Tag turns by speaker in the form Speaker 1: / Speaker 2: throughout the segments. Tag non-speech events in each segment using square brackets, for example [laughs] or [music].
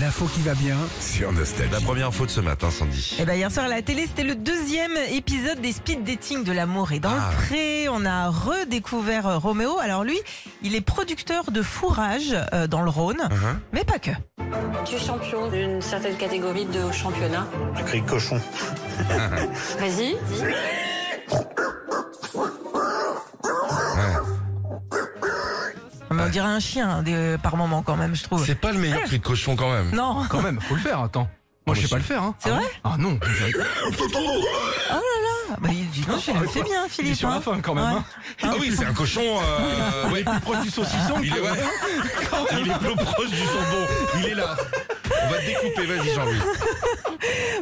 Speaker 1: L'info qui va bien sur Nostalgie.
Speaker 2: La première info de ce matin, Sandy.
Speaker 3: Eh ben hier soir à la télé, c'était le deuxième épisode des speed dating de l'amour. Et dans
Speaker 2: Ah.
Speaker 3: le pré, on a redécouvert euh, Roméo. Alors lui, il est producteur de fourrage euh, dans le Rhône,
Speaker 2: Mhm.
Speaker 3: mais pas que.
Speaker 4: Tu es champion d'une certaine catégorie de championnat.
Speaker 5: Sacré cochon.
Speaker 4: Vas-y.
Speaker 3: Mais On dirait un chien hein, des- par moment quand même, je trouve.
Speaker 2: C'est pas le meilleur cri de cochon quand même.
Speaker 3: [laughs] Non.
Speaker 1: Quand même, faut le faire, attends. Moi, je sais pas le faire, hein.
Speaker 3: C'est
Speaker 1: Ah
Speaker 3: vrai
Speaker 1: bon Ah non.
Speaker 3: Ah, bah, il dit non, je le fais bien, Philippe.
Speaker 1: Il est sur la
Speaker 3: hein.
Speaker 1: fin, quand même, hein.
Speaker 2: Ah oui, c'est un cochon. [laughs] Euh, ouais.
Speaker 1: Proche du saucisson.
Speaker 2: Il est, ouais. [laughs] Il est plus proche du jambon. Il est là. On va te découper, vas-y Jean-Louis.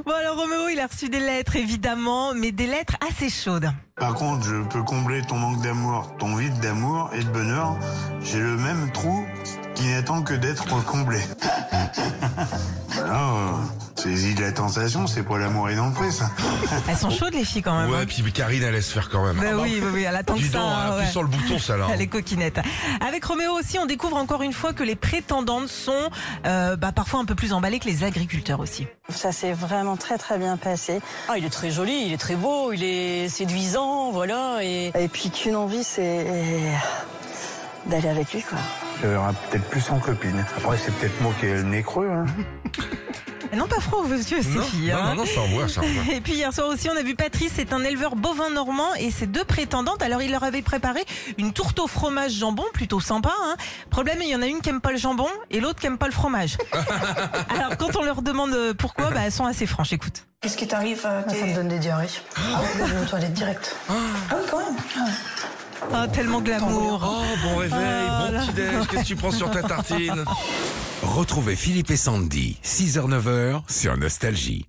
Speaker 3: Bon alors Roméo, il a reçu des lettres évidemment, mais des lettres assez chaudes.
Speaker 5: Par contre, je peux combler ton manque d'amour, ton vide d'amour et de bonheur. J'ai le même trou qui n'attend que d'être [laughs] comblé. Alors, euh, saisis de la tentation, c'est pour l'amour et non le pré, ça.
Speaker 3: Elles sont chaudes les filles quand même.
Speaker 2: Ouais,
Speaker 3: hein.
Speaker 2: puis Karine, elle laisse faire quand même.
Speaker 3: Bah
Speaker 2: Ah,
Speaker 3: oui, oui, oui, elle attend
Speaker 2: Dis
Speaker 3: que ça.
Speaker 2: donc,
Speaker 3: hein,
Speaker 2: appuie
Speaker 3: ouais.
Speaker 2: sur le bouton, ça là.
Speaker 3: Ah, les coquinettes. Avec Roméo aussi, on découvre encore une fois que les prétendantes sont euh, bah, parfois un peu plus emballées que les agriculteurs aussi.
Speaker 6: Ça s'est vraiment très très bien passé.
Speaker 7: Ah, il est très joli, il est très beau, il est séduisant, voilà. Et
Speaker 6: Et puis qu'une envie, c'est d'aller avec lui, quoi.
Speaker 5: Il aura peut-être plus en copine. Après, c'est peut-être moi qui ai le nez creux, hein.
Speaker 3: Elles n'ont pas froid aux yeux, ces
Speaker 2: Non,
Speaker 3: filles.
Speaker 2: non,
Speaker 3: hein.
Speaker 2: non, non, ça envoie, ça envoie.
Speaker 3: [laughs] Et puis hier soir aussi, on a vu Patrice, c'est un éleveur bovin normand et ses deux prétendantes. Alors il leur avait préparé une tourte au fromage jambon, plutôt sympa. Hein. Problème, il y en a une qui aime pas le jambon et l'autre qui aime pas le fromage. Alors quand on leur demande pourquoi, bah, elles sont assez franches. Écoute.
Speaker 8: Qu'est-ce qui t'arrive euh, t'es-
Speaker 6: donne des diarrhées. Ah ouais, je vais aux toilettes direct.
Speaker 8: Ah oui, quand même.
Speaker 3: Ah, tellement glamour.
Speaker 2: Oh, bon réveil,
Speaker 3: Ah,
Speaker 2: bon
Speaker 3: là.
Speaker 2: petit déj. Qu'est-ce que tu prends sur ta tartine
Speaker 1: Retrouvez Philippe et Sandy, 6h-9h sur Nostalgie.